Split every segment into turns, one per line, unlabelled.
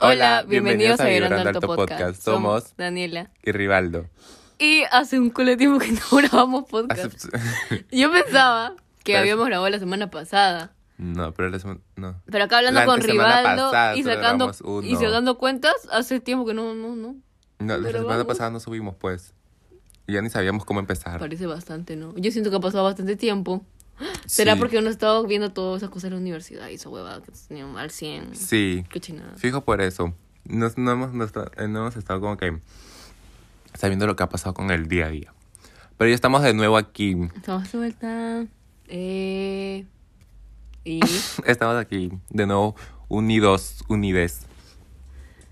Hola, bienvenidos, a Vibrando Alto Podcast. Somos
Daniela.
y Rivaldo.
Y hace un culo de tiempo que no grabamos podcast. Yo pensaba que
Pero-
habíamos grabado la semana pasada.
No, pero la semana. No.
Pero acá hablando
La
con
antesemana
Rivaldo
pasada
y
solo
sacando
grabamos uno.
y sacando cuentas, hace tiempo que no, no, no.
No, la
Pero
semana
vamos.
pasada no subimos, pues. Ya ni sabíamos cómo empezar.
Parece bastante, ¿no? Yo siento que ha pasado bastante tiempo. ¿Será
Sí.
porque uno ha estado viendo todas esas cosas en la universidad y esa huevada que teníamos al 100?
Sí,
Qué chinada.
fijo por eso. Nos- no, hemos, no está- eh, no hemos estado como que sabiendo lo que ha pasado con el día a día. Pero ya estamos de nuevo aquí.
Estamos de vuelta. Eh, y
Estamos aquí, de nuevo, unidos, unides.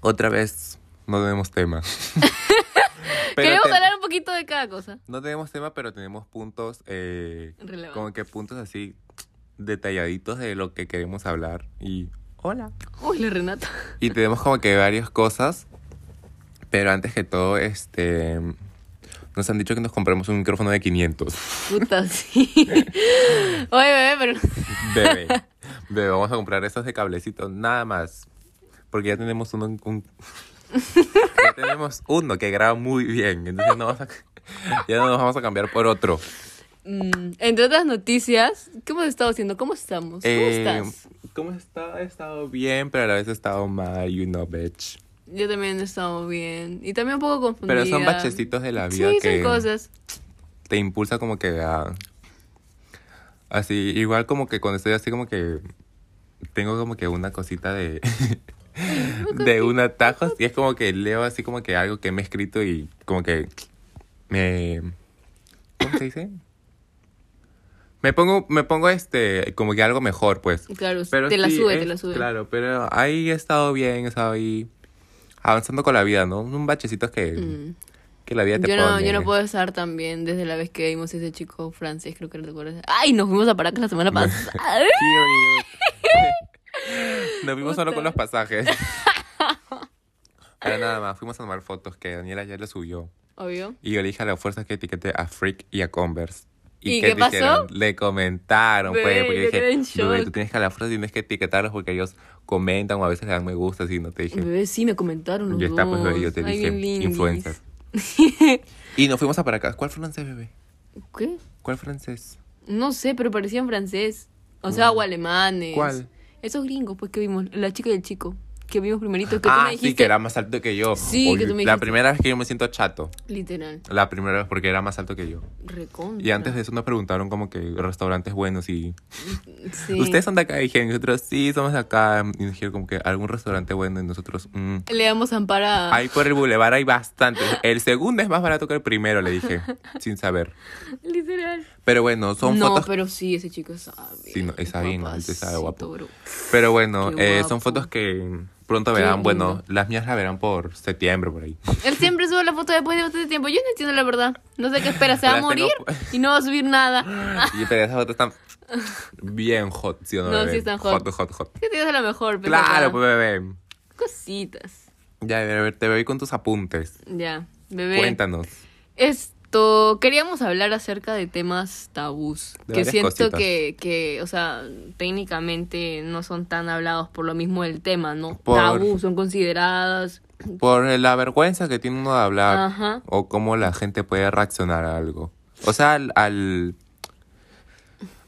Otra vez no tenemos tema. Pero
queremos
te-
hablar un poquito de cada cosa.
No tenemos tema, pero tenemos puntos, eh,
Relevante.
como que puntos así detalladitos de lo que queremos hablar. Y hola.
Uy, la Renata.
Y tenemos como que varias cosas, pero antes que todo, este, nos han dicho que nos compramos un micrófono de 500.
Puta, sí. Oye, bebé, pero.
Bebé, bebé, vamos a comprar esos de cablecito, nada más. Porque ya tenemos uno, un- ya tenemos uno que graba muy bien, entonces no vamos a- ya no nos vamos a cambiar por otro.
Mm, entre otras noticias, ¿qué hemos estado haciendo? ¿Cómo estamos? ¿Cómo
Eh,
estás?
¿Cómo está? He estado bien, pero a la vez he estado mal, you know, bitch.
Yo también he estado bien. Y también un poco confundida.
Pero son bachecitos de la vida
Sí,
que
son cosas.
te impulsa como que a... Así, igual como que cuando estoy así como que... Tengo como que una cosita de... de un atajo, y es como que leo así como que algo que me he escrito y como que me... ¿Cómo se dice? Me pongo, me pongo este, como que algo mejor, pues.
Claro,
Pero
te la
sí,
sube,
es-
te la sube.
Claro, pero ahí he estado bien, he estado ahí avanzando con la vida, ¿no? Un bachecito que,
Mm.
que la vida te
Yo no,
pone.
yo no puedo estar tan bien desde la vez que vimos ese chico francés, creo que no te acuerdas. ¡Ay! Nos fuimos a Paracas la semana pasada.
Cute. Nos vimos solo con los pasajes. Pero nada más, fuimos a tomar fotos que Daniela ya le subió.
Obvio.
Y yo le dije a la fuerza que etiquete a Freak y a Converse.
¿Y
qué
qué pasó?
dijeron? Le comentaron, pues,
Bebé,
porque
yo
dije,
quedé en
"Bebé,
shock".
tú tienes que a la fuerza tienes que etiquetarlos porque ellos comentan o a veces le dan me gusta, así no te dije.
Bebé, sí, me comentaron los
Ya está, pues,
dos.
bebé, yo te
Ay,
dije,
bien lindis.
influencer. Y nos fuimos a Paracas. ¿Cuál francés, bebé?
¿Qué?
¿Cuál francés?
No sé, pero parecían francés. O sea, o alemanes.
¿Cuál?
Esos gringos, pues, que vimos. La chica y el chico. Que vimos primerito. Que tú
ah,
me dijiste.
sí, que era más alto que yo.
Sí, que tú me
La
dijiste.
primera vez que yo me siento chato.
Literal.
La primera vez porque era más alto que yo.
Recontra.
Y antes de eso nos preguntaron como que restaurantes buenos y...
Sí.
¿Ustedes son de acá? Y dijeron, nosotros sí, somos de acá. Y nos dijeron como que algún restaurante bueno y nosotros... mm.
Le damos ampara.
Ahí por el bulevar hay bastantes. El segundo es más barato que el primero, le dije, sin saber.
Literal.
Pero bueno, son
no,
fotos
pero sí, ese chico sabe.
Sí, no, está bien,
Guapacito,
antes estaba guapo.
bro.
Pero bueno,
Qué
eh,
guapo.
son fotos que pronto
Qué
verán. Bueno,
lindo.
las mías las verán por septiembre, por ahí.
Él siempre sube la foto después de bastante tiempo. Yo no entiendo la verdad. No sé qué espera. Se va a
Las tengo
morir
pu-
y no va a subir nada.
Y pero esas fotos están bien hot, ¿sí o no?
Ah. No, sí
bebé?
están hot.
Hot, hot, hot.
¿Qué tienes a lo mejor? pero
Claro,
acá,
pues bebé.
Cositas.
Ya, a ver, a ver, te veo con tus apuntes.
Ya, bebé.
Cuéntanos.
Esto, queríamos hablar acerca de temas tabús,
De
que
varias
siento
cositas.
que, que, o sea, técnicamente no son tan hablados por lo mismo del tema, ¿no?
Por-
Tabú, son consideradas...
Por la vergüenza que tiene uno de hablar
Ajá.
o cómo la gente puede reaccionar a algo. O sea, al, al,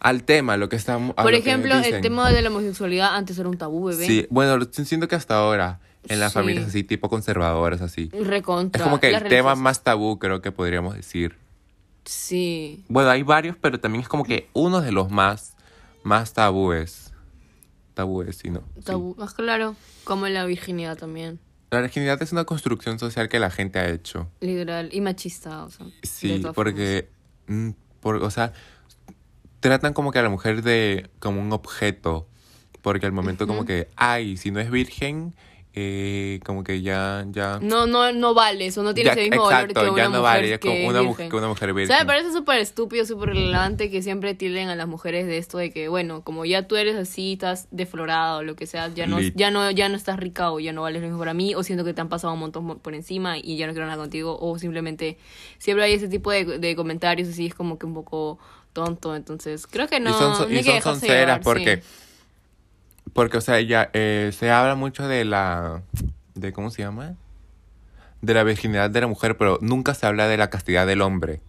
al tema, lo que estamos...
Por ejemplo, el tema de la homosexualidad antes era un tabú, bebé.
Sí, bueno, lo- siento que hasta ahora, en las
Sí.
familias así, tipo conservadoras, así.
Recontra.
Es como que el
Las
tema
religiosas.
más tabú, creo que podríamos decir.
Sí.
Bueno, hay varios, pero también es como que uno de los más, más tabúes. Tabúes, sí, ¿no? Sí.
Tabú, más claro, como la virginidad también,
La virginidad es una construcción social que la gente ha hecho.
literal, y machista, o sea. de
Sí,
todas
porque, mm, por- o sea, tratan como que a la mujer de como un objeto, porque al momento como que, ay, si no es virgen, eh, como que ya, ya,
formas. No, no, no vale, eso no tiene
ya-
ese mismo valor que una
ya
mujer
no vale, ya
que
como
es
una, mujer,
virgen.
que una mujer
O
virgen.
sea, me parece súper estúpido, súper relevante que siempre tilden a las mujeres de esto de que, bueno, como ya tú eres así, estás deflorada o lo que sea, ya no,
Lit.
ya no, ya no estás rica o ya no vales lo mismo para mí, o siento que te han pasado un montón mo- por encima y ya no quiero nada contigo, o simplemente siempre hay ese tipo de, de comentarios así, es como que un poco tonto, entonces creo que no,
y son,
no
son,
hay
y
que
son
dejarse
sonceras
llevar, sí.
porque, porque, o sea, ya eh, se habla mucho de la, de ¿cómo se llama? De la virginidad de la mujer, pero nunca se habla de la castidad del hombre.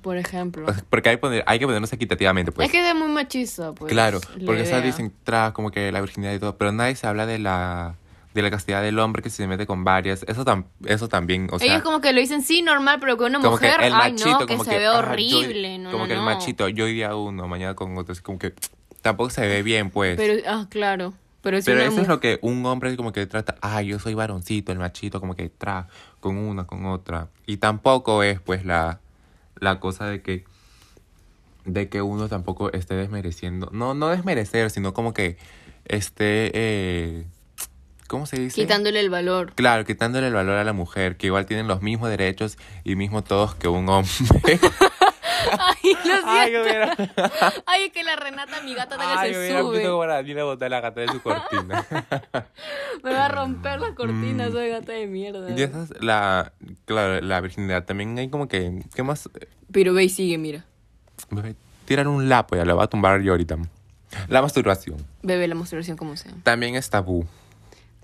Por ejemplo.
O sea, Porque hay, poner- hay que ponernos equitativamente, pues.
es que es muy machista, pues.
claro,
la
porque esas
idea.
dicen tra, como que la virginidad y todo, pero nadie se habla de la de la castidad del hombre que se mete con varias. Eso tam- eso también, o sea,
Ellos como que lo dicen sí, normal, pero con una
como
mujer,
que el
ay
machito,
no, que
como
se
que,
ve
ah, yo-
horrible. no,
como
no,
que el
no.
machito, yo hoy día uno, mañana con otro, así como que tampoco se ve bien, pues.
Pero, ah, claro. Pero, si
Pero
una
eso es
mu-
lo que un hombre como que trata, ah, yo soy varoncito, el machito, como que tra, con una, con otra. Y tampoco es pues la, la cosa de que, de que uno tampoco esté desmereciendo, no, no desmerecer, sino como que esté, eh, ¿cómo se dice?
Quitándole el valor.
Claro, quitándole el valor a la mujer, que igual tienen los mismos derechos y mismos todos que un hombre.
Ay, lo siento.
Ay,
Ay,
yo hubiera-
es que la Renata, mi gata, tal
Ay,
vez se
hubiera visto
sube.
como la Dina botar la gata de su cortina.
Me va a romper las cortinas,
Mm.
soy gata de mierda.
Y esa es la, claro, la virginidad. También hay como que, ¿qué más?
Pero ve y sigue, mira.
Bebé, Tirar un lapo, ya lo va a tumbar yo ahorita. La masturbación.
Bebe la masturbación como sea.
También es tabú.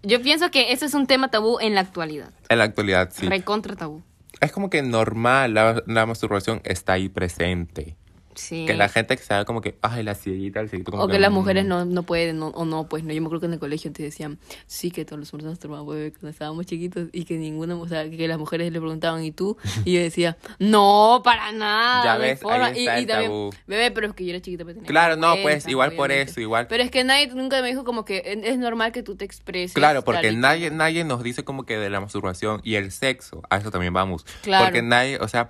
Yo pienso que eso es un tema tabú en la actualidad.
En la actualidad, sí.
Recontra tabú.
Es como que normal, la, la masturbación está ahí presente.
Sí.
Que la gente que sabe como que, ay, la sillita, el sillito. como
o que las
mm,
mujeres no, no pueden, no- o no, pues no. Yo me acuerdo que en el colegio te decían, sí, que todos los hombres nos tomaban hueve cuando estábamos chiquitos y que ninguna, o sea, que las mujeres le preguntaban, ¿y tú? Y yo decía, no, para nada.
Ya
no hay
ves, ahí
forma".
está
y, y
el
también,
tabú.
bebé, pero es que yo era chiquita. pues, tenía
Claro, no, pues,
vergüenza,
igual por eso, igual.
Pero es que nadie nunca me dijo como que "Es- es normal que tú te expreses.
Claro, porque
tal y tal".
nadie, nadie nos dice como que de la masturbación y el sexo. A eso también vamos.
Claro.
Porque nadie, o sea,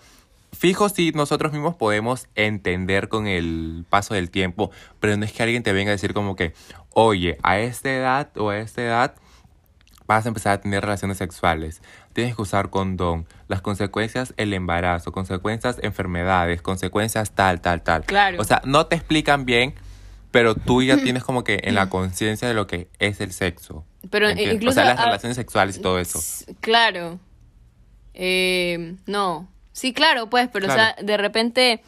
fijo si nosotros mismos podemos entender con el paso del tiempo, pero no es que alguien te venga a decir como que, oye, a esta edad o a esta edad vas a empezar a tener relaciones sexuales. Tienes que usar condón. Las consecuencias, el embarazo. Consecuencias, enfermedades. Consecuencias, tal, tal, tal.
Claro.
O sea, no te explican bien, pero tú ya tienes como que en la conciencia de lo que es el sexo.
Pero, eh,
¿Entiendes?
incluso
O sea, las
a-
relaciones sexuales y todo eso.
S- Claro. Eh, no. Sí, claro, pues, pero o sea,
Claro.
de repente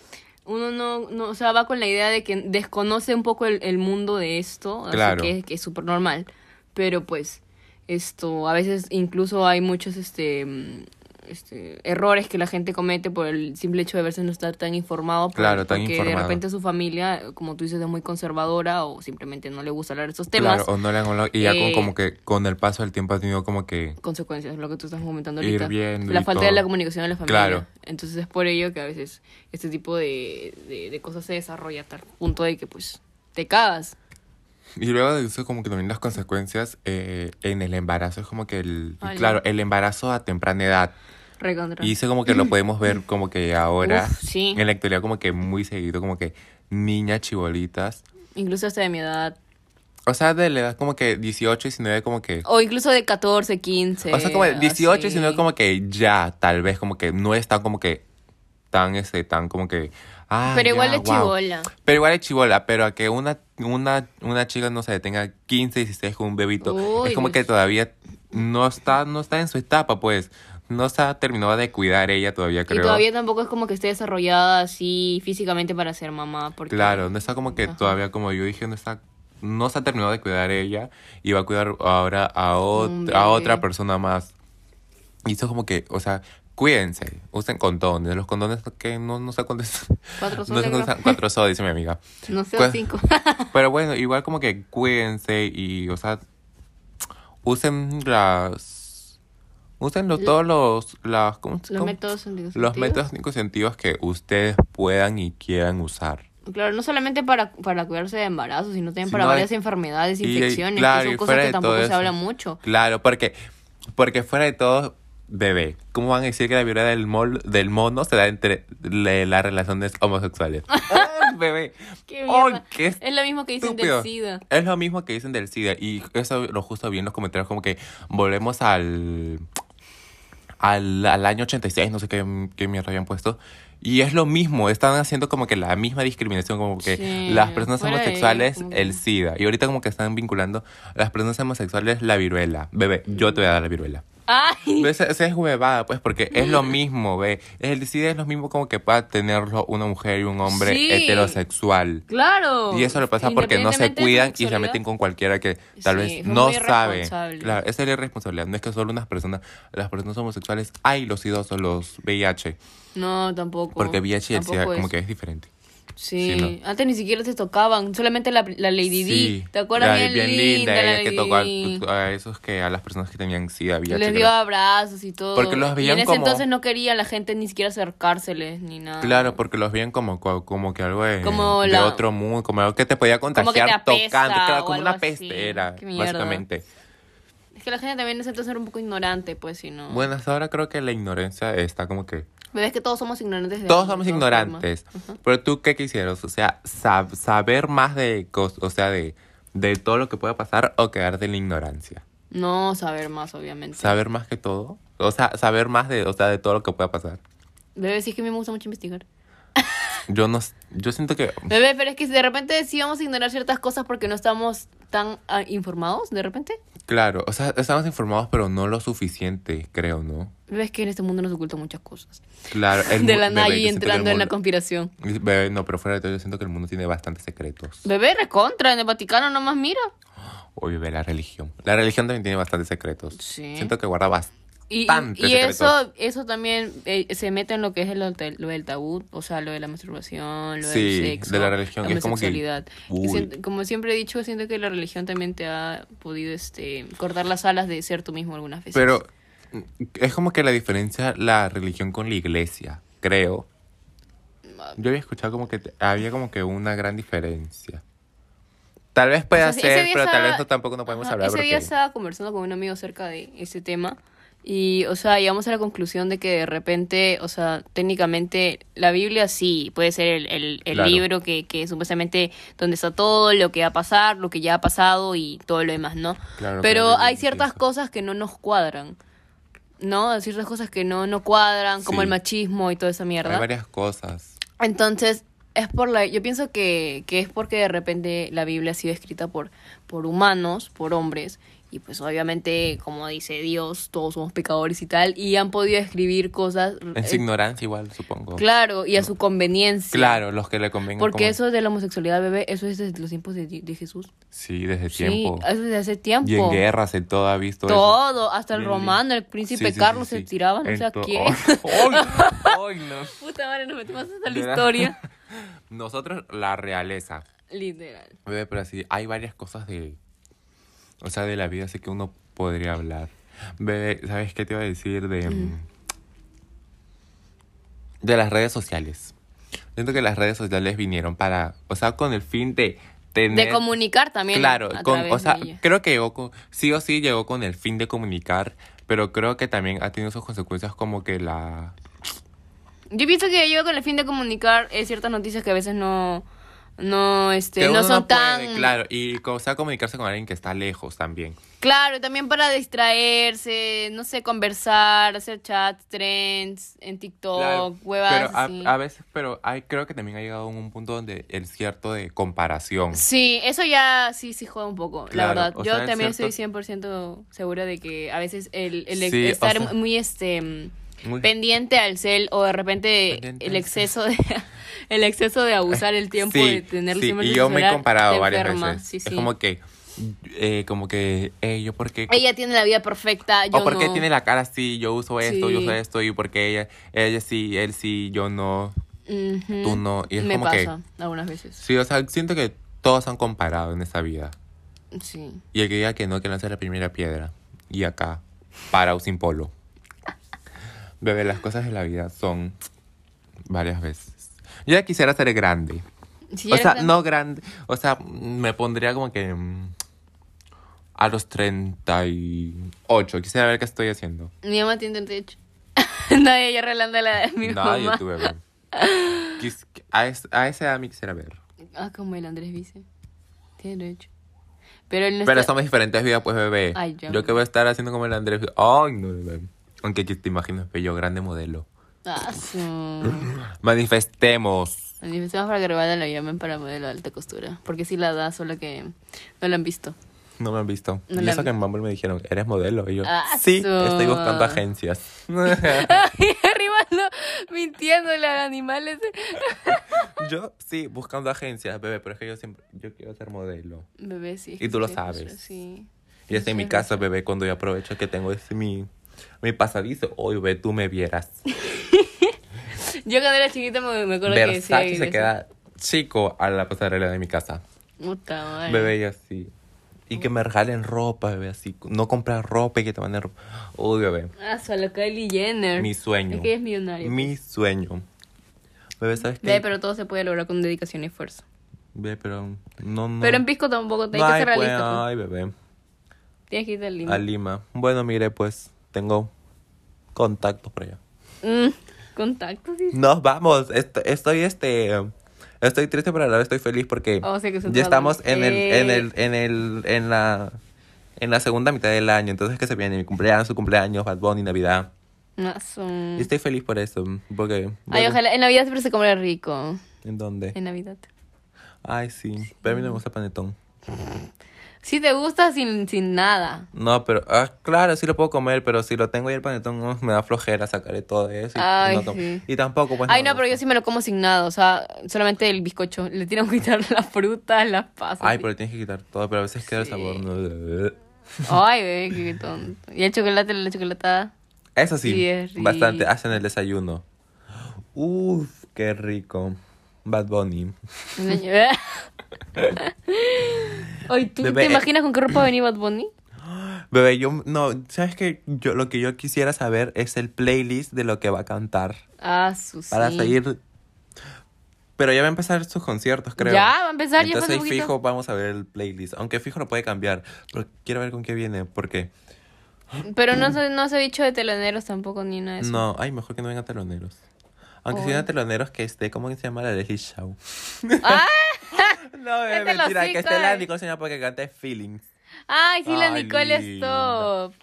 uno no, no, o sea, va con la idea de que desconoce un poco el, el mundo de esto, así
Claro.
que, que es súper normal. Pero pues, esto, a veces incluso hay muchos, este, mm, este, errores que la gente comete por el simple hecho de verse no estar tan informado. por-
Claro, tan
porque de
informado.
repente su familia, como tú dices, es muy conservadora o simplemente no le gusta hablar de estos temas.
Claro, o no le han hablado. Y ya con-
Eh,
como que con el paso del tiempo has tenido como que...
consecuencias, lo que tú estás comentando
Ir
ahorita.
viendo
la
y
falta
todo.
de la comunicación en la familia.
Claro.
Entonces es por ello que a veces este tipo de, de, de cosas se desarrolla hasta el punto de que pues te cagas.
Y luego de eso como que también las consecuencias eh, en el embarazo es como que el...
Ay, no.
Claro, el embarazo a temprana edad.
Recontra.
Y eso como que lo podemos ver como que ahora,
Uf, sí.
en la actualidad como que muy seguido, como que niñas chibolitas.
Incluso hasta de mi edad.
O sea, de la edad como que 18, 19 como que...
O incluso de 14, 15.
o sea, como de 18,
así.
19 como que ya, tal vez como que no es tan como que... Tan ese, tan como que... Ah,
Pero igual
ya,
es
wow.
chibola.
Pero igual es chibola, pero a que una, una, una chica, no sé, tenga 15, 16 con un bebito,
Uy,
es como que
Dios.
todavía no está, no está en su etapa, pues. No está terminada de cuidar ella todavía, creo.
Y todavía tampoco es como que esté desarrollada así físicamente para ser mamá. Porque
Claro, no está como que
Ajá.
todavía, como yo dije, no está, no se ha terminado de cuidar ella y va a cuidar ahora a, ot-
Un bebé.
a otra persona más. Y eso es como que, o sea, cuídense, usen condones. Los condones que no, no sé cuántos.
Cuatro
no Pues, sé
soles,
cuántos-
creo.
cuatro soles, dice mi amiga.
No sé,
Cua-
cinco.
Pero bueno, igual como que cuídense y, o sea, usen las. Usen los- todos los. Las, ¿cómo se-
Los
cómo?
métodos anticonceptivos.
Los métodos anticonceptivos que ustedes puedan y quieran usar.
Claro, no solamente para, para cuidarse de embarazos, sino también
Sí,
para
no,
varias
y-
enfermedades,
y-
infecciones,
claro,
que son
y
cosas
fuera
que
de todo
tampoco se
eso.
habla mucho.
Claro, porque, porque fuera de todo, bebé, ¿cómo van a decir que la violencia del, mol- del mono se da entre le- las relaciones homosexuales? ¡Ay, bebé!
Qué
¡Ay,
mierda!
qué
es lo mismo que dicen
estúpido!
del SIDA.
Es lo mismo que dicen del SIDA. Y eso lo justo vi en los comentarios, como que volvemos al. Al, al año 86, no sé qué, qué mierda habían puesto. Y es lo mismo, están haciendo como que la misma discriminación, como que
Sí,
las personas
fuera de-
homosexuales,
como que-
el SIDA. Y ahorita como que están vinculando las personas homosexuales, la viruela. Bebé, yo te voy a dar la viruela.
Ay,
Pero Esa, esa es huevada, pues, porque es lo mismo, ve. Es el decir, es lo mismo como que pueda tenerlo una mujer y un hombre
Sí.
heterosexual.
claro.
Y eso le pasa porque no se
Independientemente de su
cuidan y se
sexualidad.
meten con cualquiera que tal
Sí,
vez
fue
no
muy
sabe.
irresponsable.
Claro, esa es la irresponsabilidad. No es que solo unas personas, las personas homosexuales, hay los idos o los VIH.
No, tampoco.
Porque VIH y el SIDA
Tampoco
como
es.
que es diferente.
Sí,
Sí,
antes ni siquiera se tocaban, solamente la, la Lady
Sí,
D. ¿Te acuerdas?
la-
Bien, linda, la
ella
Lady
que tocó a, pues,
Di.
a esos que a las personas que tenían SIDA, VIH.
Les
creo.
dio abrazos y todo.
Porque los
y en
veían
ese
como-
entonces no quería la gente ni siquiera acercárseles ni nada.
Claro, porque los veían como, co- como que algo de,
Como
de
la-
otro mundo, como algo que te podía
te
contagiar
apesta
tocando, claro,
o
como
algo
una peste
así.
era,
Qué mierda.
básicamente.
Es que la gente también en ese entonces era un poco ignorante, pues, si no.
Bueno, hasta ahora creo que la ignorancia está como que...
Pero es que todos somos ignorantes. de
Todos
algo,
somos
de todas formas.
ignorantes, pero tú qué quisieras, o sea, sab- saber más de cosas, o sea, de, de todo lo que pueda pasar o quedarte en la ignorancia.
No saber más, obviamente.
Saber más que todo, o sea, saber más de, o sea, de todo lo que pueda pasar.
Bebé, sí es que a mí me gusta mucho investigar.
Yo no, s- yo siento que
Bebé, pero es que de repente sí vamos a ignorar ciertas cosas porque no estamos tan ah, informados, de repente.
Claro, o sea, estamos informados, pero no lo suficiente, creo, ¿no?
Bebé, es que en este mundo nos ocultan muchas cosas.
Claro, el
de
mu-
la nada
bebé,
y
yo siento que el
entrando en la
mundo-
conspiración.
Bebé, no, pero fuera de todo, yo siento que el mundo tiene bastantes secretos.
Bebé, recontra, en el Vaticano nomás mira.
O bebé, la religión. La religión también tiene bastantes secretos.
Sí.
Siento que guarda bastantes
Y, y- y
secretos.
eso, eso también eh, se mete en lo que es lo, del- lo del tabú, o sea, lo de la masturbación, lo
Sí,
del sexo,
de la religión,
la
es como que-
homosexualidad.
Uy.
Y siento- como siempre he dicho, siento que la religión también te ha podido este, cortar las alas de ser tú mismo algunas veces.
Pero mm, es como que la diferencia la religión con la iglesia, creo. Yo había escuchado como que te- había como que una gran diferencia. Tal vez
O
pueda
sea, ese
ser,
día
pero tal
estaba-
vez no, tampoco no podemos
Ajá,
hablar
Ese
porque...
día estaba conversando con un amigo acerca de ese tema y, o sea, llegamos a la conclusión de que de repente, o sea, técnicamente la Biblia sí puede ser el, el- el
Claro.
libro que, que supuestamente donde está todo lo que va a pasar, lo que ya ha pasado y todo lo demás, ¿no?
Claro,
Pero
claro,
hay
sí,
ciertas
eso.
cosas que no nos cuadran. ¿No? Hay ciertas cosas que no, no cuadran, como
Sí.
el machismo y toda esa mierda.
Hay varias cosas.
Entonces, es por la, yo pienso que, que es porque de repente la Biblia ha sido escrita por, por humanos, por hombres, y pues obviamente, como dice Dios, todos somos pecadores y tal, y han podido escribir cosas
En su
eh,
ignorancia igual, supongo.
claro y a su conveniencia.
Claro, los que le convengan.
Porque
como-
eso de la homosexualidad, bebé, eso es desde los tiempos de, Di- de Jesús.
Sí, desde
Sí,
tiempo.
eso desde hace tiempo.
Y en guerras y todo ha visto eso.
Todo, hasta el
Bien,
romano,
bien.
el príncipe
Sí, sí,
Carlos
sí, sí.
se tiraban, no
En
sé a
to-
quién.
¡Ay! ¡Ay, no!
Puta madre, nos metemos hasta la
¿Verdad?
historia.
Nosotros, la realeza.
Literal.
Bebé, pero así, hay varias cosas de. O sea, de la vida, así que uno podría hablar. Bebé, ¿sabes qué te iba a decir de. mm, De las redes sociales. Siento que las redes sociales vinieron para. O sea, con el fin de tener.
De comunicar también.
Claro,
a
con-
través
o sea,
de ella.
creo que llegó con- sí o sí llegó con el fin de comunicar, pero creo que también ha tenido sus consecuencias como que la...
Yo pienso que yo con el fin de comunicar eh, ciertas noticias que a veces no, no, este,
que uno
no son
puede,
tan...
Claro, y co- o sea, comunicarse con alguien que está lejos también.
Claro, y también para distraerse, no sé, conversar, hacer chats, trends, en TikTok,
Claro,
huevas
pero a-
así.
a, veces, pero hay, creo que también ha llegado a un punto donde el cierto de comparación.
Sí, eso ya sí, sí juega un poco, la
Claro,
verdad.
o
Yo
sea, en
también
cierto-
estoy 100% segura de que a veces el, el ex-
Sí, o
estar
sea-
muy este mm,
Muy-
pendiente al cel o de repente
Pendiente
el
al
exceso de el exceso de abusar el tiempo
Sí,
de tenerlo
sí,
siempre en
y
su
yo me he
celular,
comparado
te
varias
enferma.
veces.
Sí, sí.
Es como que, eh, como que, eh, yo porque...
Ella tiene la vida perfecta, yo
o porque
no.
tiene la cara así, yo uso esto, yo uso
Sí.
esto, y porque ella, ella sí, él sí, yo no,
Ujú.
tú no. Y es
Me
como
pasa
que.
algunas veces.
Sí, o sea, siento que todos han comparado en esta vida.
Sí.
Y el que diga que no, que lance la primera piedra. Y acá, para o sin polo. Bebé, las cosas de la vida son varias veces. Yo ya quisiera ser grande.
Si
o
eres
sea,
tan-
no grande. O sea, me pondría como que. mm, A los 38. Quisiera ver qué estoy haciendo.
Mi mamá tiene 38. no, ella arreglando la de mi
Nada,
mamá.
YouTube, bebé. Quis- a, es- a esa edad me quisiera ver.
Ah, como el Andrés dice. Tiene derecho. Pero él no
Pero
está...
somos diferentes vidas, pues, bebé.
Este Ay, ya.
Yo que voy a estar haciendo como el Andrés. Ay, no, bebé. Aunque aquí te imaginas, bello, grande modelo.
Ah, su...
Manifestemos.
Manifestemos para que Rebana la llamen para modelo de alta costura. Porque sí la da, solo que no la han visto.
No me han visto.
No
y
la
eso
han-
que en Bumble me dijeron, ¿eres modelo? Y yo,
Ah,
sí,
su-
estoy buscando agencias.
Ay, arribando, mintiéndole al animal ese.
yo, sí, buscando agencias, bebé, pero es que yo siempre, yo quiero ser modelo.
Bebé, sí.
Y tú lo
sí, pues,
sabes.
Sí.
Y es en mi casa, bebé, cuando yo aprovecho que tengo ese mi, mi pasadizo. Hoy, bebé, tú me vieras.
Yo cuando era chiquita me, me acuerdo que decía.
Versace
que
se
decía,
queda chico a la pasarela de mi casa.
Puta madre.
Bebé, y así. Y que me regalen ropa, bebé, así. No comprar ropa y que te manden ropa. Uy, bebé.
Ah, solo Kylie Jenner.
Mi sueño.
Es que ella es millonaria.
Mi sueño. Bebé, ¿sabes qué?
pues. Bebé, pero todo se puede lograr con dedicación y esfuerzo.
Bebé, pero no, no.
Pero en Pisco tampoco, te
No,
hay que
ay,
ser
pues,
realista. pues.
ay, bebé.
Tienes que irte al límite.
A Lima. Bueno, mire, pues, tengo contactos por allá.
Mm, contacto, sí.
Nos vamos. Est- Estoy, este... Estoy triste, pero a la vez estoy feliz porque
Oh, sí, que se
ya
trata.
estamos en el, en el,
Eh.
en el, en la, en la segunda mitad del año. Entonces, que se viene? Mi cumpleaños, su cumpleaños, Bad Bunny, Navidad.
Ah, son-
Y estoy feliz por eso, porque...
Ay,
luego-
ojalá. En Navidad siempre se come rico.
¿En dónde?
En Navidad.
Ay, sí. Pero a mí no me gusta panetón.
Si te gusta sin, sin nada.
No, pero... Ah, claro, sí lo puedo comer, pero si lo tengo y el panetón oh, me da flojera sacaré todo eso. Y,
Ay,
no tomo-
sí.
y tampoco, pues...
Ay,
me
no, pero yo
gusta.
sí me lo como sin nada. O sea, solamente el bizcocho. Le tienen que quitar las frutas, las pasas.
Ay, pero tienes que quitar todo, pero a veces queda el sabor. ¿no?
Ay, bebé, qué tonto. Y el chocolate, la chocolatada.
Eso
Sí,
sí,
es rico.
bastante. Hacen el desayuno. Uf, qué rico. Bad Bunny.
¿eh? Oye, ¿tú
Bebé,
te
eh.
imaginas con qué ropa va a venir Bad Bunny?
Bebé, yo... No, ¿sabes qué? Yo, lo que yo quisiera saber es el playlist de lo que va a cantar.
Ah, su
Para
sí.
seguir. Pero ya va a empezar sus conciertos, creo.
Ya, va a empezar, ya falta
Entonces ahí
poquito.
fijo, vamos a ver el playlist. Aunque fijo no puede cambiar. Pero quiero ver con qué viene, porque.
Pero no se, no se ha dicho de teloneros tampoco ni nada de eso.
No, ay, mejor que no vengan teloneros. Aunque si
Oy.
vengan teloneros, que esté, ¿cómo que se llama la Leslie Shaw?
¡Ah!
No,
Vete
es
al
mentira, que
hocico,
esté la
ay.
Nicole Señora porque cante Feelings.
Ay, sí, la
Ay,
Nicole es
linda.
top.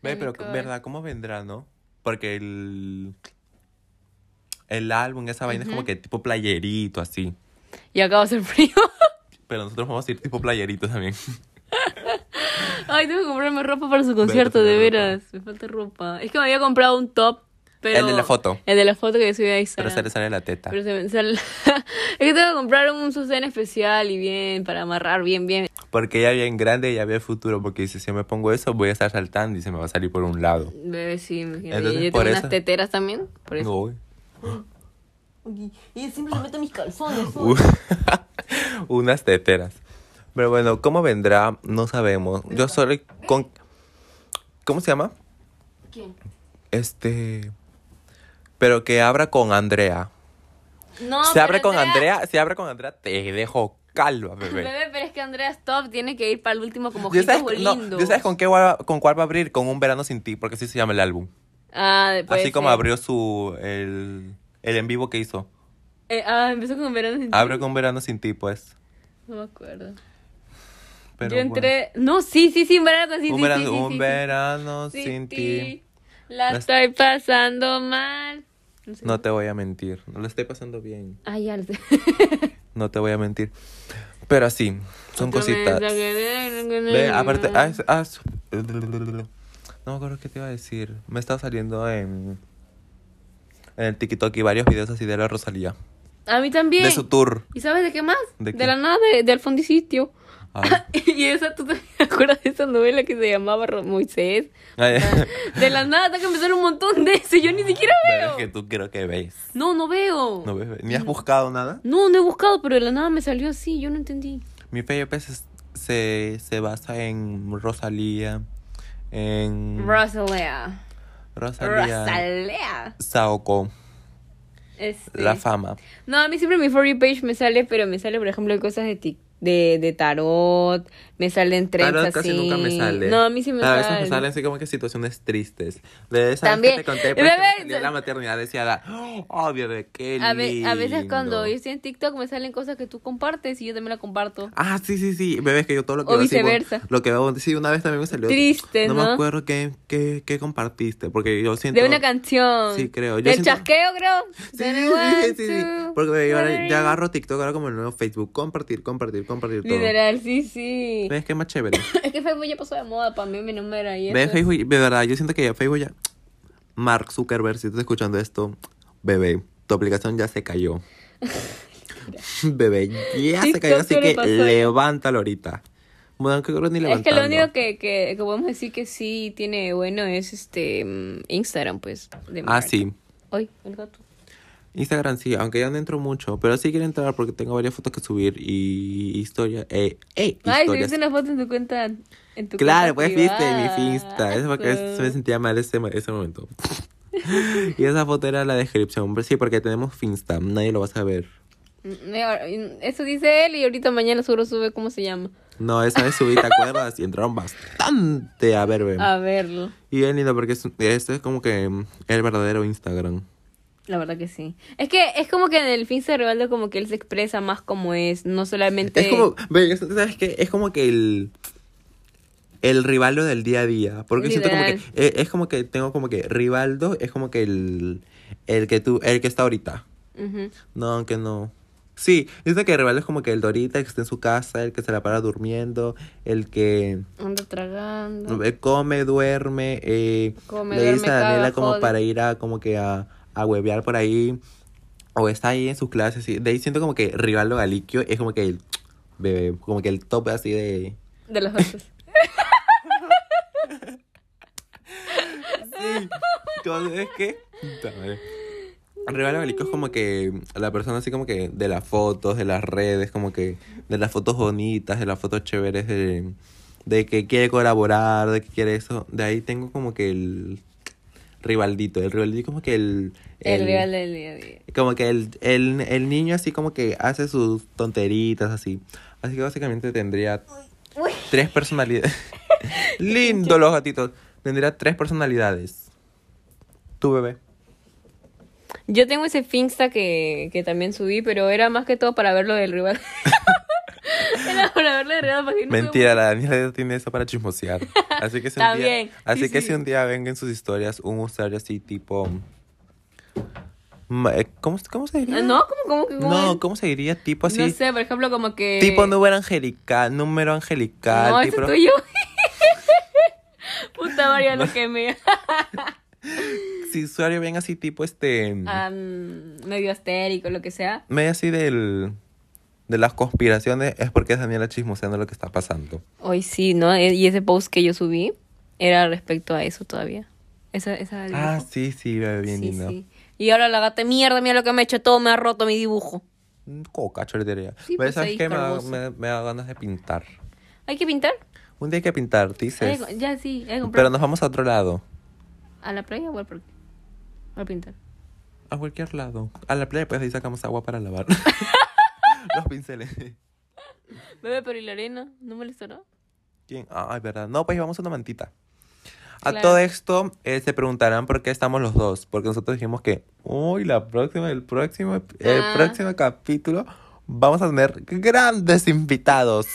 Ve,
La
pero,
Nicole.
¿verdad? ¿Cómo vendrá, no? Porque el. El álbum, esa vaina es como que tipo playerito, así.
Y acaba de ser frío.
Pero nosotros vamos a ir tipo playerito también.
Ay, tengo que comprarme ropa para su concierto, de
comprar ropa.
veras. Me falta ropa. Es que me había comprado un top, pero...
El de la foto.
El de la foto que yo subí a Instagram.
Pero se le sale la teta.
Pero se me sale- es que tengo que comprar un sostén especial y bien, para amarrar bien, bien.
Porque ya bien grande, ya ve futuro. Porque dice, si me pongo eso, voy a estar saltando y se me va a salir por un lado.
Bebé, sí, imagínate.
Entonces,
y yo
por
tengo
eso-
unas teteras también, por eso.
Uy.
Y siempre se mete mis calzones.
Uy. Uh, Unas teteras. Pero bueno, ¿cómo vendrá? No sabemos. Yo solo con... ¿Cómo se llama?
¿Quién?
Este... Pero que abra con Andrea.
No,
se abre
pero
con Andrea, se abre con Andrea, te dejo calva, bebé.
Bebé, pero es que Andrea Stop tiene que ir para el último como
¿Ya
Ojitos
sabes, no,
Lindo.
¿Ya sabes con, qué va- con cuál va a abrir? Con Un Verano Sin Ti, porque así se llama el álbum.
Ah, puede
Así como
ser.
abrió su... El, el en vivo que hizo.
Eh, ah, empezó con verano sin ti.
Abre con verano sin ti, pues.
No me acuerdo.
Pero
Yo entré. No, sí, sí, sí, un verano con sí,
bueno. un
sí, sí,
verano,
sí,
un
sí,
verano
sí.
sin ti.
La
Las-
estoy pasando mal. No sé.
No te voy a mentir. No lo estoy pasando bien.
Ah, ya lo sé.
No te voy a mentir. Pero así, son cositas. Ve,
Ve,
aparte, ah, es- ah, su- no me acuerdo qué te iba a decir. Me estaba saliendo en, en el TikTok y varios videos así de la Rosalía.
A mí también.
De su tour.
¿Y sabes de qué más?
¿De
De,
qué? Ah.
la nada de, del fondisitio.
Ay.
y esa, ¿tú también te acuerdas de esa novela que se llamaba Ro- Moisés?
Ay,
De la nada, tengo que empezar un montón de eso. Yo ni siquiera
pero
veo.
es que tú creo que ves.
No, no veo.
No ves, ni has buscado nada.
No, no he buscado, pero de la nada me salió así, yo no entendí.
Mi FYP se, se, se basa en Rosalía, en
Rosalea.
Mm. Rosalía,
Rosalea.
Saoko,
Este.
La Fama.
No, a mí siempre mi For You page me sale, pero me sale, por ejemplo, cosas de tic- De, de tarot, me salen trends
Claro,
así.
casi nunca me sale.
No, a mí sí me
A
sale.
veces me salen así como que situaciones tristes. De esa
También.
vez que te conté,
Y
pues, que
bebé,
me salió la maternidad deseada. ¡Oh, bebé, qué
A, ve- a veces
lindo!
cuando yo estoy en TikTok me salen cosas que tú compartes y yo también la comparto.
Ah, sí, sí, sí. Bebé, es que yo todo lo que
O
veo así, bueno,
viceversa.
lo que veo, sí, una vez también me salió.
Triste,
me
¿no?
acuerdo qué, qué, qué compartiste, porque yo siento...
De una canción.
Sí, creo. Yo
Del
siento-
chasqueo, creo.
Sí,
Del
sí,
one,
sí, sí, sí.
two,
Porque yo ahora
three.
ya agarro TikTok ahora como el nuevo Facebook. Compartir, compartir, compartir todo.
Literal, sí, sí.
¿Ves qué más chévere?
Es que Facebook ya pasó de moda, para mí mi número ahí.
¿Ves Facebook? De verdad, yo siento que ya Facebook ya... Mark Zuckerberg, si estás escuchando esto, bebé, tu aplicación ya se cayó. bebé, ya se
TikTok
cayó, así
ya le
que
pasó.
levántalo ahorita. Bueno, que creo ni
Es que
levantando.
lo único que, que, que podemos decir que sí tiene de bueno es este mm, Instagram, pues. De
Ah,
Mark.
sí.
Ay, el gato.
Instagram sí, aunque ya no entro mucho, pero sí quiero entrar porque tengo varias fotos que subir y historia, eh, eh,
Ay,
historias.
subiste una foto en tu cuenta. En tu
Claro,
cuenta
pues viste
privada. Mm,
mi Insta. Eso fue que se me sentía mal ese, mo- ese momento. y esa foto era la descripción. Pero sí, porque tenemos Finsta. Nadie lo va a saber.
Mm, ahora, mm, Eso dice él y ahorita mañana seguro sube cómo se llama.
No, esa vez subí, ¿te acuerdas? Y entraron bastante a ver, ve.
A verlo.
Y es lindo porque es- este es como que mm, el verdadero Instagram.
La verdad que sí. Es que es como que en el fin de Rivaldo como que él se expresa más como es, no solamente...
Es como, ve, es- ¿sabes qué? Es como que el. El Rivaldo del día a día. Porque siento como que.
Literal.
eh, Es como que tengo como que. Rivaldo es como que el. El que tú. El que está ahorita.
Ujú.
No, aunque no. Sí, dice que Rivaldo es como que el Dorita, el que está en su casa, el que se la para durmiendo, el que
Anda tragando.
eh, come, duerme, eh,
Come,
le
duerme,
dice a Daniela
caga,
como
jode.
para ir a como que a, a huevear por ahí, o está ahí en sus clases, sí. de ahí siento como que Rivaldo Galiquio es como que el bebé, como que el tope así de...
De los otros.
Sí, como, es que... puta madre. Rivaldo Galiquio es como que la persona así como que de las fotos, de las redes, como que de las fotos bonitas, de las fotos chéveres, de, de que quiere colaborar, de que quiere eso. De ahí tengo como que el rivaldito, el rivaldito como que el...
El, rival del día a día.
Como que el, el, el niño así como que hace sus tonteritas así. Así que básicamente tendría
Uy.
tres personalidades. Lindo los gatitos. Tendría tres personalidades. Tu bebé.
Yo tengo ese Finsta que, que también subí, pero era más que todo para verlo del rival. era para verlo del rival. para que no
Mentira, la Daniela tiene eso para chismosear. Así que si
Está
un día,
bien,
así
sí,
que
sí.
si un día venga en sus historias un usuario así tipo ma- eh, ¿Cómo, cómo se
se-
diría?
Ah, No, como como que... como-
No, ¿cómo se diría? Tipo así.
no sé, por ejemplo, como que...
Tipo número angelical, número angelical,
No, ese
tipo
es tuyo. Puta María, lo que me...
si usuario bien así tipo este
Ah. am, medio astérico, lo que sea.
medio así del de las conspiraciones es porque es Daniela chismoseando lo que está pasando.
Hoy sí, ¿no? E- Y ese post que yo subí era respecto a eso todavía. Esa, esa del
Ah,
dibujo.
sí, sí, bebé, bien lindo.
Y ahora la gata, mierda, mira lo que me ha hecho todo, me ha roto mi dibujo.
Mm, Coca, choretería.
Sí,
Pero
pues,
¿sabes
ahí
qué? Me da,
cargoso.
me, me da ganas de pintar.
¿Hay que pintar?
Un día hay que pintar,
Hay
dices.
que- ya sí, hay que comprar.
Pero nos vamos a otro lado.
¿A la playa o al parque? A pintar.
A cualquier lado. A la playa, pues ahí sacamos agua para lavar. Los pinceles.
Bebé, pero y la arena, ¿no molestará?
¿Quién? Ay, verdad. No, pues vamos a una mantita. A
Claro.
todo esto eh, se preguntarán por qué estamos los dos. Porque nosotros dijimos que, uy, la próxima, el próximo, ep- el
Ah.
próximo capítulo vamos a tener grandes invitados.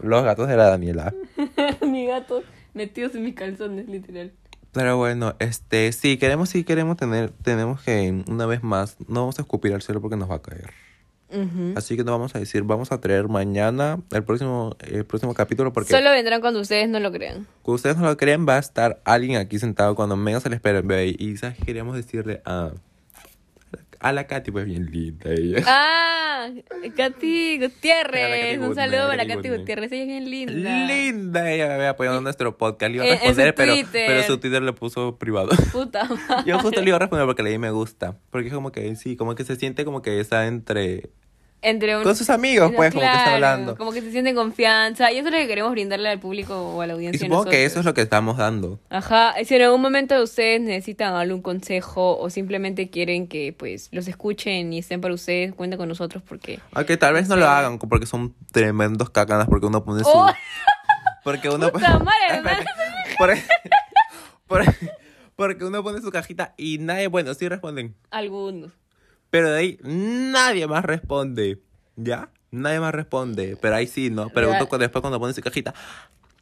Los gatos de la Daniela.
mi gato metidos en mis calzones, literal.
Pero bueno, este, sí, queremos, sí, queremos tener, tenemos que, una vez más, no vamos a escupir al cielo porque nos va a caer. Así que no vamos a decir, vamos a traer mañana el próximo, el próximo capítulo porque
Solo vendrán cuando ustedes no lo crean.
que ustedes no lo creen, va a estar alguien aquí sentado cuando menos se le espera. ve, Y quizás queríamos decirle a, a la Katy, pues bien linda ella.
¡Ah! Katy
Para la Katy
Gutiérrez. Un
Goodman,
saludo para
Katy
Katy
Goodman.
Gutiérrez. Ella es bien linda.
Linda ella, bebé, apoyando nuestro podcast. Le iba a
En- en su
responder, pero,
Twitter.
pero su Twitter le puso privado.
Puta madre.
Yo justo le iba a responder porque le di me gusta. Porque es como que sí, como que se siente como que está entre.
Entre un-
Con sus amigos, pues, como que está
Claro,
hablando.
Como que se sienten confianza. Y eso es lo que queremos brindarle al público o a la audiencia.
Y supongo que eso
nosotros.
es lo que estamos dando.
Ajá, si en algún momento ustedes necesitan algún consejo o simplemente quieren que pues los escuchen y estén para ustedes, cuenten con nosotros porque...
Aunque tal vez no lo hagan porque son tremendos cacanas, porque uno pone su.
¡Oh!
Porque uno
Puta madre,
Espérate. Por- por- porque uno pone su cajita y nadie, bueno, sí responden.
Algunos.
Pero de ahí nadie más responde. ¿Ya? Nadie más responde. Pero ahí sí, ¿no? Pero
Real.
uno cu- después cuando pone su cajita.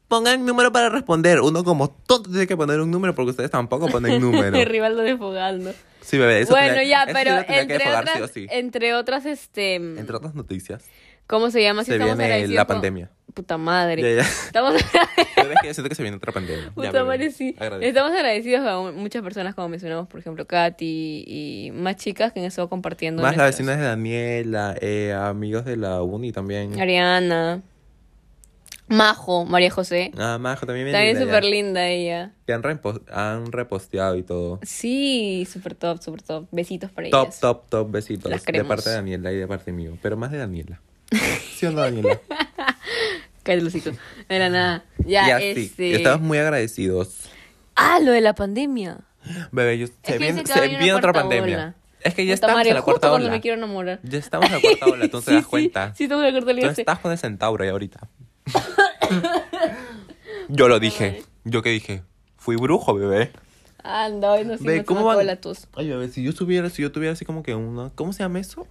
Pongan número para responder. Uno como tonto tiene que poner un número porque ustedes tampoco ponen número.
Rivaldo desfogando.
Sí, bebé. Eso
bueno,
tenía-
ya,
eso
pero
yo lo tenía que
entre
desfogar sí
otras, eh,
o sí.
entre otras, este...
Entre otras noticias.
¿Cómo se llama? Si
se
estamos
viene
agradecidos
la
con-
pandemia.
Puta madre.
Ya, ya.
Estamos,
La verdad es que siento que se viene otra pandemia. Ya,
puta
pero
madre, sí.
agradezco.
Estamos agradecidos a un- muchas personas, como mencionamos, por ejemplo, Katy y más chicas que han estado compartiendo.
Más las
nuestras-
vecinas de Daniela, eh, amigos de la uni también.
Ariana. Majo, María José.
Ah, Majo también viene.
También
de allá.
súper linda ella.
Te han, repo- han reposteado y todo.
Sí, súper top, súper top. Besitos para
Top,
ellas.
top, top, besitos.
Las
de
queremos.
parte de Daniela y de parte mío. Pero más de Daniela. ¿Sí o no, Daniela?
Cállate, Lucito. No era nada. Ya,
Ya, sí.
este.
Estamos muy agradecidos.
Ah, lo de la pandemia.
Bebé, yo,
que
se viene,
dicen que va
se
a venir una
viene otra
cuarta
pandemia.
ola.
Es que
Puta
ya estamos
madre,
en la
justo
cuarta
cuando
ola.
me quiero enamorar.
Ya estamos en la cuarta ola, tú te das
sí,
cuenta.
Sí, estamos en la cuarta
Tú
ola.
estás con el centauro ahí ahorita. Yo lo dije. ¿Yo qué dije? Fui brujo, bebé.
Anda, hoy no sé
Ve,
no se
¿cómo
me
van?
acabó la tos.
Ay, bebé, si yo tuviera, si yo tuviera así como que una... ¿Cómo se llama eso?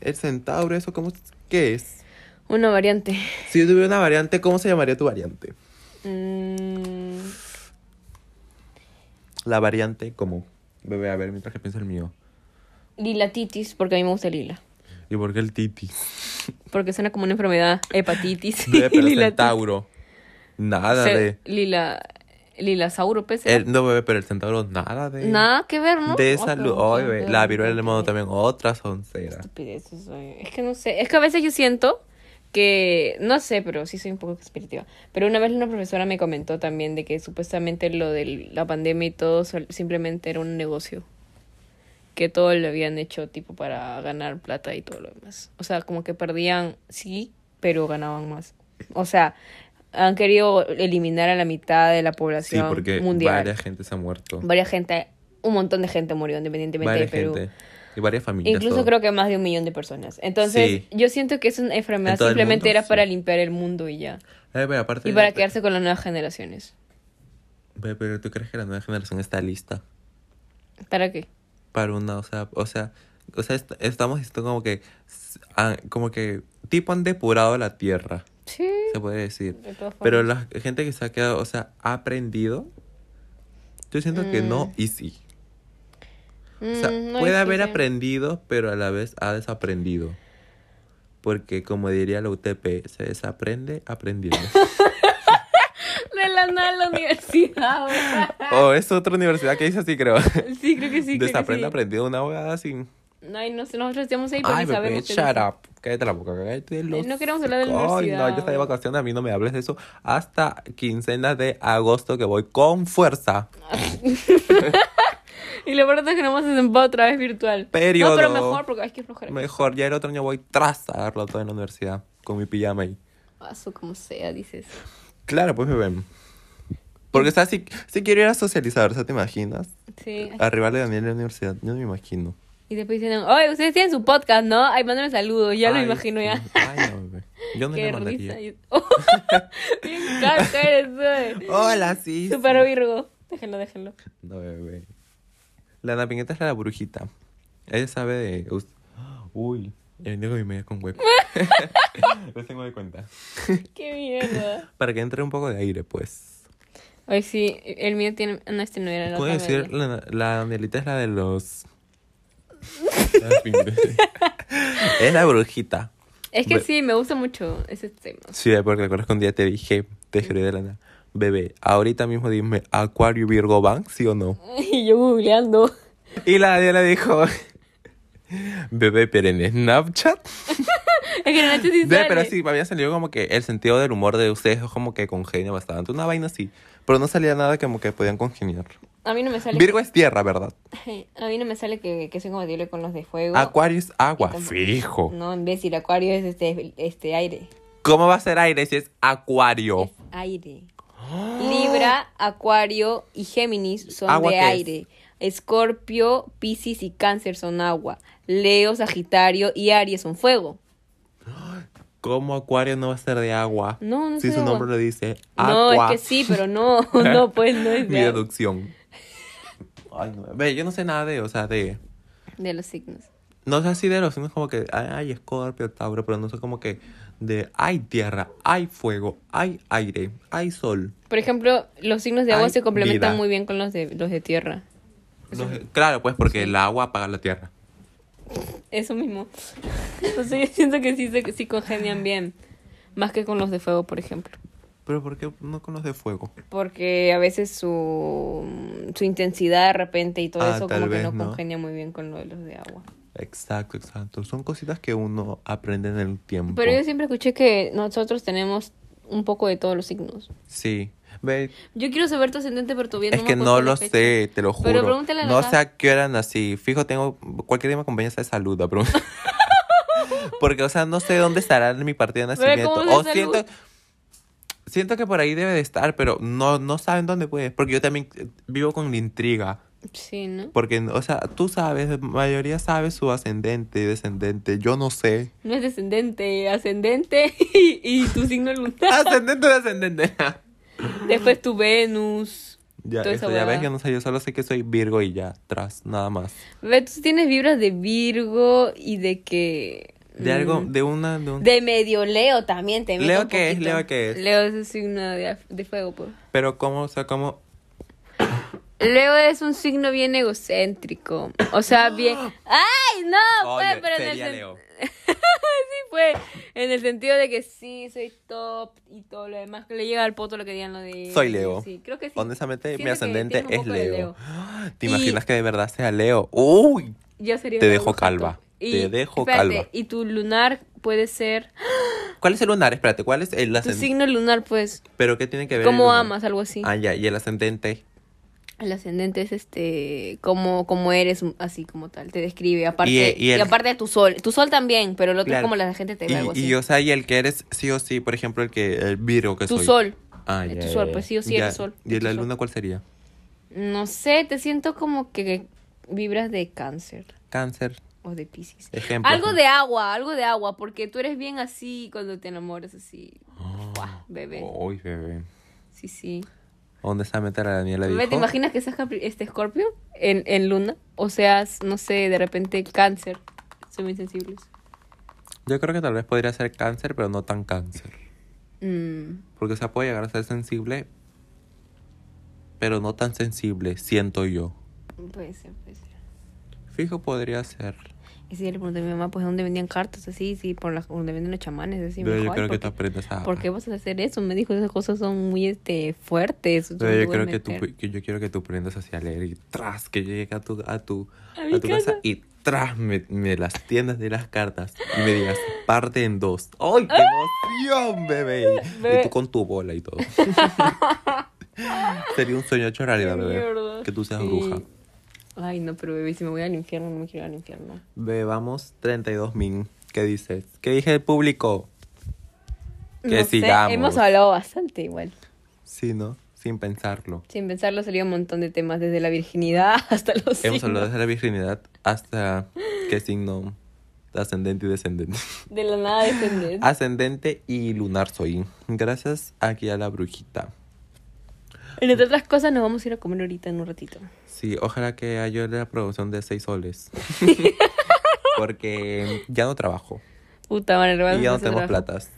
El centauro, eso, ¿cómo? ¿Qué es?
Una variante.
Si yo tuviera una variante, ¿cómo se llamaría tu variante?
Mm,
La variante como... Bebé, a ver, mientras que pienso el mío.
lilatitis, porque a mí me gusta el lila.
¿Y por qué el titis?
Porque suena como una enfermedad. Hepatitis.
Bebé, pero el
lilatitis.
centauro. Nada
Se-
de... Eh,
Lila. pues, Lilasauro, pez.
el- no, bebé, pero el centauro, nada de...
Nada que ver, ¿no?
De
Otra
salud.
cosa,
Ay, bebé,
pero
la viruela del
qué
mono también, otra soncera.
estupidez eso, eh. Es que no sé. Es que a veces yo siento que. No sé, pero sí soy un poco expeditiva. Pero una vez una profesora me comentó también de que supuestamente lo de la pandemia y todo sol- simplemente era un negocio. Que todo lo habían hecho tipo para ganar plata y todo lo demás. O sea, como que perdían, sí, pero ganaban más. O sea, han querido eliminar a la mitad de la
Sí,
población
porque
mundial.
varias gente se ha muerto.
Varias gente, un montón de gente murió independientemente
Varias
de Perú.
gente. Y varias familias.
E Incluso
todo.
creo que más de un millón de personas. Entonces,
Sí.
yo siento que es una enfermedad
En todo el
simplemente
mundo,
era
sí.
para limpiar el mundo y ya.
Ay, pero Eh, aparte
Y
de
para
la-
quedarse con las nuevas generaciones.
Ve, Pero tú crees que la nueva generación está lista
¿Para qué?
para una, o sea, o sea, o sea, est- estamos esto como que s- han- como que tipo han depurado la tierra,
Sí.
se puede decir.
De todas formas.
Pero la gente que se ha quedado, o sea, ha aprendido. Yo siento que no y sí. O sea,
Mm, no,
puede
sí,
haber
sí.
aprendido, pero a la vez ha desaprendido. Porque como diría la UTP, se desaprende aprendiendo.
De la nada a la universidad. ¿verdad?
o Oh, es otra universidad que dice así, creo.
sí, creo que sí. creo que
Desaprende
sí.
aprendido una abogada así.
Ay, no sé, nosotros estamos ahí porque
Ay, bebé,
sabemos. que-
shut up. Cállate la boca, cállate los...
no queremos hablar de la
Ay, no,
universidad.
yo estoy de vacaciones, a mí no me hables de eso. Hasta quincena de agosto que voy con fuerza.
Y lo peor es que nos hemos desempado otra vez virtual. No,
Periodo.
pero mejor porque hay que flojera.
Mejor, ya el otro año voy tras a darlo todo en la universidad con mi pijama ahí.
Paso como sea, dices.
Claro, pues me ven. Porque, o sea, si, si quiero ir a socializar, o sea, ¿te imaginas?
Sí.
Arribar de Daniel en la universidad, yo no me imagino.
Y después dicen, oye, ustedes tienen su podcast, ¿no? Ay, mándame saludos, ya
Ay,
lo imagino
sí.
ya.
Ay, no, bebé. Yo no
Qué
le mandaría.
risa. Yo- Bien caca eres, güey.
Hola, sí. sí.
Super Virgo. Déjenlo, déjenlo.
No, bebé. La napineta es la brujita. Ella sabe de. us- Uy, he venido con mi media con web. Lo tengo de cuenta.
Qué mierda.
Para que entre un poco de aire, pues.
Ay, sí, el mío tiene. No, este no era la
Puedo
otra
decir,
media.
la, la Danielita es la de los. es la brujita.
Es que
Ve-
sí, me gusta mucho ese tema.
Sí, porque recuerdas que un día te dije, te escribí de la nada, bebé, ahorita mismo dime, ¿Acuario Virgo Bank, sí o no?
Y yo googleando.
Y la Daniela dijo, bebé, pero en Snapchat.
Es que no sí
Ve,
sale.
pero sí, me había salido como que el sentido del humor de ustedes es como que congenia bastante. Una vaina así. Pero no salía nada como que podían congeniar.
A mí no me sale.
Virgo es tierra, ¿verdad?
A mí no me sale que, que soy compatible con los de fuego.
Acuario es agua.
Tampoco.
Fijo.
No, imbécil, Acuario es este, este aire.
¿Cómo va a ser aire si es acuario?
Es aire. Libra, Acuario y Géminis son
¿Agua
de
qué es?
aire. Escorpio, Piscis y Cáncer son agua. Leo, Sagitario y Aries son fuego.
¿Cómo acuario no va a ser de agua?
No, no
Si
es de
su
agua.
nombre lo dice,
No,
agua.
es que sí, pero no, no, pues no es
Mi
de, agua.
deducción. Ay, no. Ve, yo no sé nada de, o sea, de...
de los signos.
No sé así de los signos como que, ay, ay, Escorpio, Tauro, pero no sé como que de, hay tierra, hay fuego, hay aire, hay sol.
Por ejemplo, los signos de agua
Ay,
se complementan
vida.
muy bien con los de los de tierra.
No sé, claro, pues porque el agua apaga la tierra.
Eso mismo. Entonces yo siento que sí, se- sí congenian bien. Más que con los de fuego, por ejemplo.
Pero ¿por qué no con los de fuego?
Porque a veces su, su intensidad de repente y todo
Ah,
eso
tal
como que
vez,
no,
¿no?
congenia muy bien con lo de los de agua.
Exacto, exacto. Son cositas que uno aprende en el tiempo.
Pero yo siempre escuché que nosotros tenemos un poco de todos los signos.
Sí. Ve,
Yo quiero saber tu ascendente, pero todavía no
es
me
que
acuerdo
no
la
lo
fecha.
sé, te lo juro.
Pero pregúntale a la
no
Nat.
sé a qué hora nací. Fijo, tengo. Cualquier día me acompaña esa saluda, pero. Porque, o sea, no sé dónde estará en mi partida de
Pero, ¿cómo
nacimiento.
se
O
saluda?
siento. Siento que por ahí debe de estar, pero no, no saben dónde puede. Porque yo también eh, vivo con la intriga.
Sí, ¿no?
Porque, o sea, tú sabes, la mayoría sabe su ascendente y descendente. Yo no sé.
No es descendente, ascendente y, y tu signo
Ah,
lunar.
Ascendente, descendente.
Después tu Venus.
ya,
Toda esa
eso, ya
huevada.
ves, yo no sé. Yo solo sé que soy Virgo y ya, tras, nada más.
Ve, tú tienes vibras de Virgo y de que...
De algo,
mm,
de una, de un...
De medio Leo también te meto
¿Leo
un
qué es?
poquito.
¿Leo qué es?
Leo es un signo de, af- de fuego, pues.
Pero cómo, o sea, cómo...
Leo es un signo bien egocéntrico. O sea, bien. ¡Ay, no! Fue,
Oye,
Ah, pues, pero en el
sería
sen-
Leo.
sí fue. En el sentido de que sí, soy top y todo lo demás. Que le llega al poto lo que digan lo de.
Soy Leo.
Sí, creo que sí.
Honestamente, mi
Siento que
ascendente
tienes un
es
poco de
Leo.
Leo.
¿Te
Y-
imaginas que de verdad sea Leo? ¡Uy!
Yo sería
Te
una
dejo
bruja
calva.
top.
Te dejo calva.
Y tu lunar puede ser.
¿Cuál es el lunar? Espérate, ¿cuál es el
Tu
ascendente?
signo lunar, pues.
¿Pero qué tiene que ver?
Como
el lunar?
amas, algo así.
Ah, ya, y el ascendente.
El ascendente es este como como eres así como tal, te describe aparte y,
Y- y el-
aparte de tu sol, tu sol también, pero el otro es
Claro.
como la gente te ve
Y,
algo así.
y, o sea, y el que eres sí o sí, por ejemplo, el que el Virgo que
tu
soy.
sol.
Ah,
Eh,
ya.
tu
ya,
sol,
ya.
pues sí o sí
Ya,
eres sol,
¿Y
es tu
la
sol.
luna cuál sería?
No sé, te siento como que vibras de cáncer
Cáncer,
o de piscis.
ejemplo.
Algo de agua, algo de agua, porque tú eres bien así cuando te enamoras así.
Ah,
Buah, bebé.
Uy, bebé.
Sí, sí.
Honestamente, la Daniela dijo...
Bebé, ¿te imaginas que seas Capri- este escorpio en, en luna? O seas, no sé, de repente cáncer. Son muy sensibles.
Yo creo que tal vez podría ser cáncer, pero no tan cáncer.
Mm.
Porque, o sea, puede llegar a ser sensible, pero no tan sensible, siento yo.
Puede ser, puede ser.
Fijo podría ser.
Y si yo le pregunté a mi mamá, pues, ¿dónde vendían cartas? Así, sí, por las, donde venden los chamanes, así. Me
pero
dijo,
yo
"Ay,
creo
¿por
que tú
qué-
aprendes a...
¿Por qué vas a hacer eso? Me dijo, esas cosas son muy, este, fuertes. tú
Pero
no
yo
te
creo
puedes
que tú,
meter".
que yo quiero que tú aprendas así a leer y tras, que yo llegue a tu, a tu,
A mi
tu
casa.
y tras me, me las tiendas de las cartas y me digas, parte en dos. ¡Ay, qué emoción, bebé! Y-
Bebé.
Y tú con tu bola y todo. Sería un sueño hecho realidad,
Qué
bebé.
mierda.
Que tú seas
Sí.
bruja.
Ay, no, pero bebé, si me voy al infierno, no me quiero ir al infierno.
Bebamos 32 min. ¿Qué dices? ¿Qué dije el público? Que
No sé,
sigamos.
hemos hablado bastante igual.
Sí, ¿no? Sin pensarlo.
Sin pensarlo, salió un montón de temas, desde la virginidad hasta los
Hemos
signos.
hablado desde la virginidad hasta qué signo ascendente y descendente.
De la nada descender.
Ah. Ascendente y lunar soy. Gracias aquí a la brujita.
Entre otras cosas, nos vamos a ir a comer ahorita en un ratito.
Sí, ojalá que haya la producción de 6 soles. porque ya no trabajo.
Puta madre,
Y ya no tenemos platas.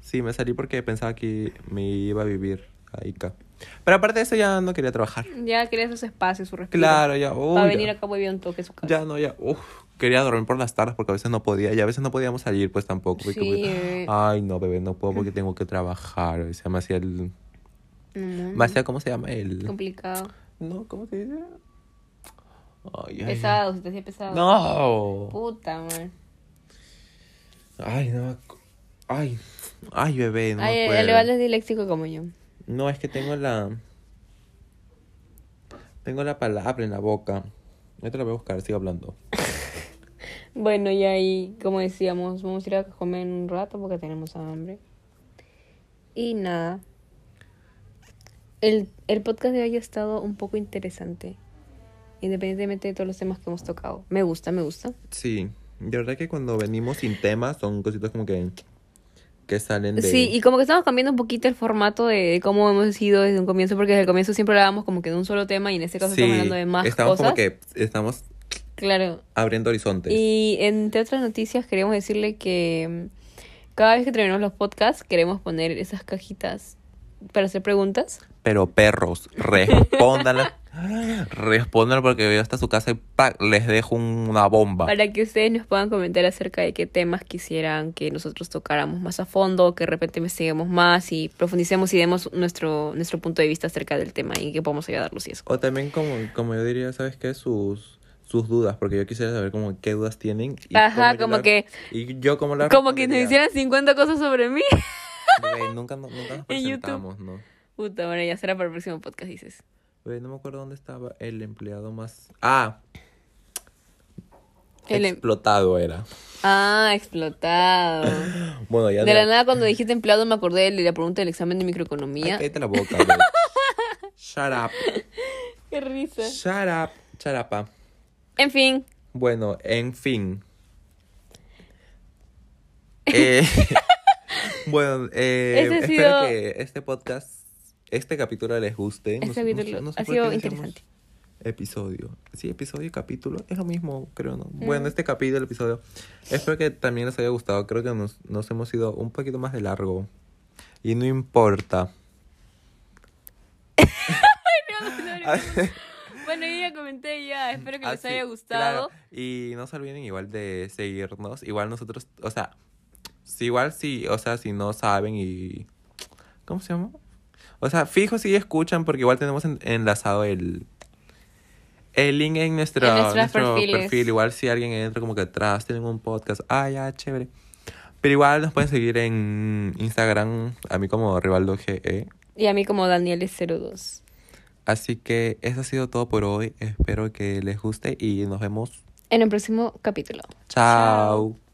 Sí, me salí porque pensaba que me iba a vivir ahí acá. Pero aparte de eso ya no quería trabajar.
Ya quería sus espacios, su respiro.
Claro, ya. uy,
Va a
ya.
venir acá muy bien toque su casa.
Ya no, ya. Uf, quería dormir por las tardes porque a veces no podía. Y a veces no podíamos salir, pues tampoco. porque-
Sí, bebé.
Ay, no, bebé, no puedo porque tengo que trabajar. O sea, me hacía el.
No,
Me hacía, ¿cómo se llama? El.
complicado.
No, ¿cómo se dice? Ay, ay, ay.
Pesado, se te hacía pesado.
No.
Puta, man.
Ay, no. Ay. Ay, bebé, no. me
Ay,
acuerdo.
el Leval es disléxico como yo.
No, es que tengo la. Tengo la palabra en la boca. Yo te la voy a buscar, sigo hablando.
Bueno, y ahí, como decíamos, vamos a ir a comer en un rato porque tenemos hambre. Y nada. El, el podcast de hoy ha estado un poco interesante. Independientemente de todos los temas que hemos tocado. Me gusta, me gusta.
Sí, de verdad que cuando venimos sin temas son cositas como que. que salen de.
Sí, y como que estamos cambiando un poquito el formato de, de cómo hemos sido desde un comienzo, porque desde el comienzo siempre hablábamos como que de un solo tema y en este caso
Sí,
estamos hablando de más
estamos
cosas.
como que. estamos
Claro.
abriendo horizontes.
Y entre otras noticias queremos decirle que mm, cada vez que terminamos los podcasts queremos poner esas cajitas para hacer preguntas.
Pero perros, respóndanlas. Respondan porque veo hasta su casa y ¡pac! les dejo un- una bomba.
Para que ustedes nos puedan comentar acerca de qué temas quisieran que nosotros tocáramos más a fondo, que de repente investiguemos más y profundicemos y demos nuestro, nuestro punto de vista acerca del tema y que podamos ayudarlos y eso.
O también como, como yo diría, ¿sabes qué? Sus sus dudas, porque yo quisiera saber como qué dudas tienen. y
Ajá,
cómo yo
como
la-
que-
Y yo como la
Como que nos
respondería.
hicieran 50 cosas sobre mí.
Güey, nunca, no- nunca nos
En YouTube.
presentamos, ¿no?
Puta, bueno, ya será para el próximo podcast, dices.
Güey, no me acuerdo dónde estaba el empleado más... Ah,
El em-
explotado era.
Ah, explotado.
Bueno, ya...
De la
no-
nada, cuando dijiste empleado, me acordé de la pregunta del examen de
Ay,
microeconomía.
cállate la boca, güey. Shut up.
Qué risa.
Shut up. Charapa.
En fin,
Bueno, en fin. Eh, bueno, eh,
Ese ha
espero
sido-
que este podcast, este capítulo les guste. No
este
sé- no sé-
capítulo
no sé
ha
por
sido
qué decimos
interesante.
Episodio. Sí, episodio y capítulo. Es lo mismo, creo, ¿no?
Mm.
Bueno, este capítulo, el episodio. Espero que también les haya gustado. Creo que nos, nos hemos ido un poquito más de largo. Y no importa.
Bueno, yo ya comenté ya. Espero que les
Así,
haya gustado.
Ah, claro. Y no se olviden igual de seguirnos. Igual nosotros, o sea, si igual si, o sea, si no saben y... ¿Cómo se llama? O sea, fijo si escuchan porque igual tenemos en- enlazado el... El link en nuestro,
En nuestros
nuestro
perfiles.
perfil. Igual si alguien entra como que atrás, tienen un podcast. Ah, ya, chévere. Pero igual nos pueden seguir en Instagram, a mí como Rivaldo GE.
Y a mí como Daniel es 02.
Así que eso ha sido todo por hoy. Espero que les guste y nos vemos.
En el próximo capítulo.
Chao.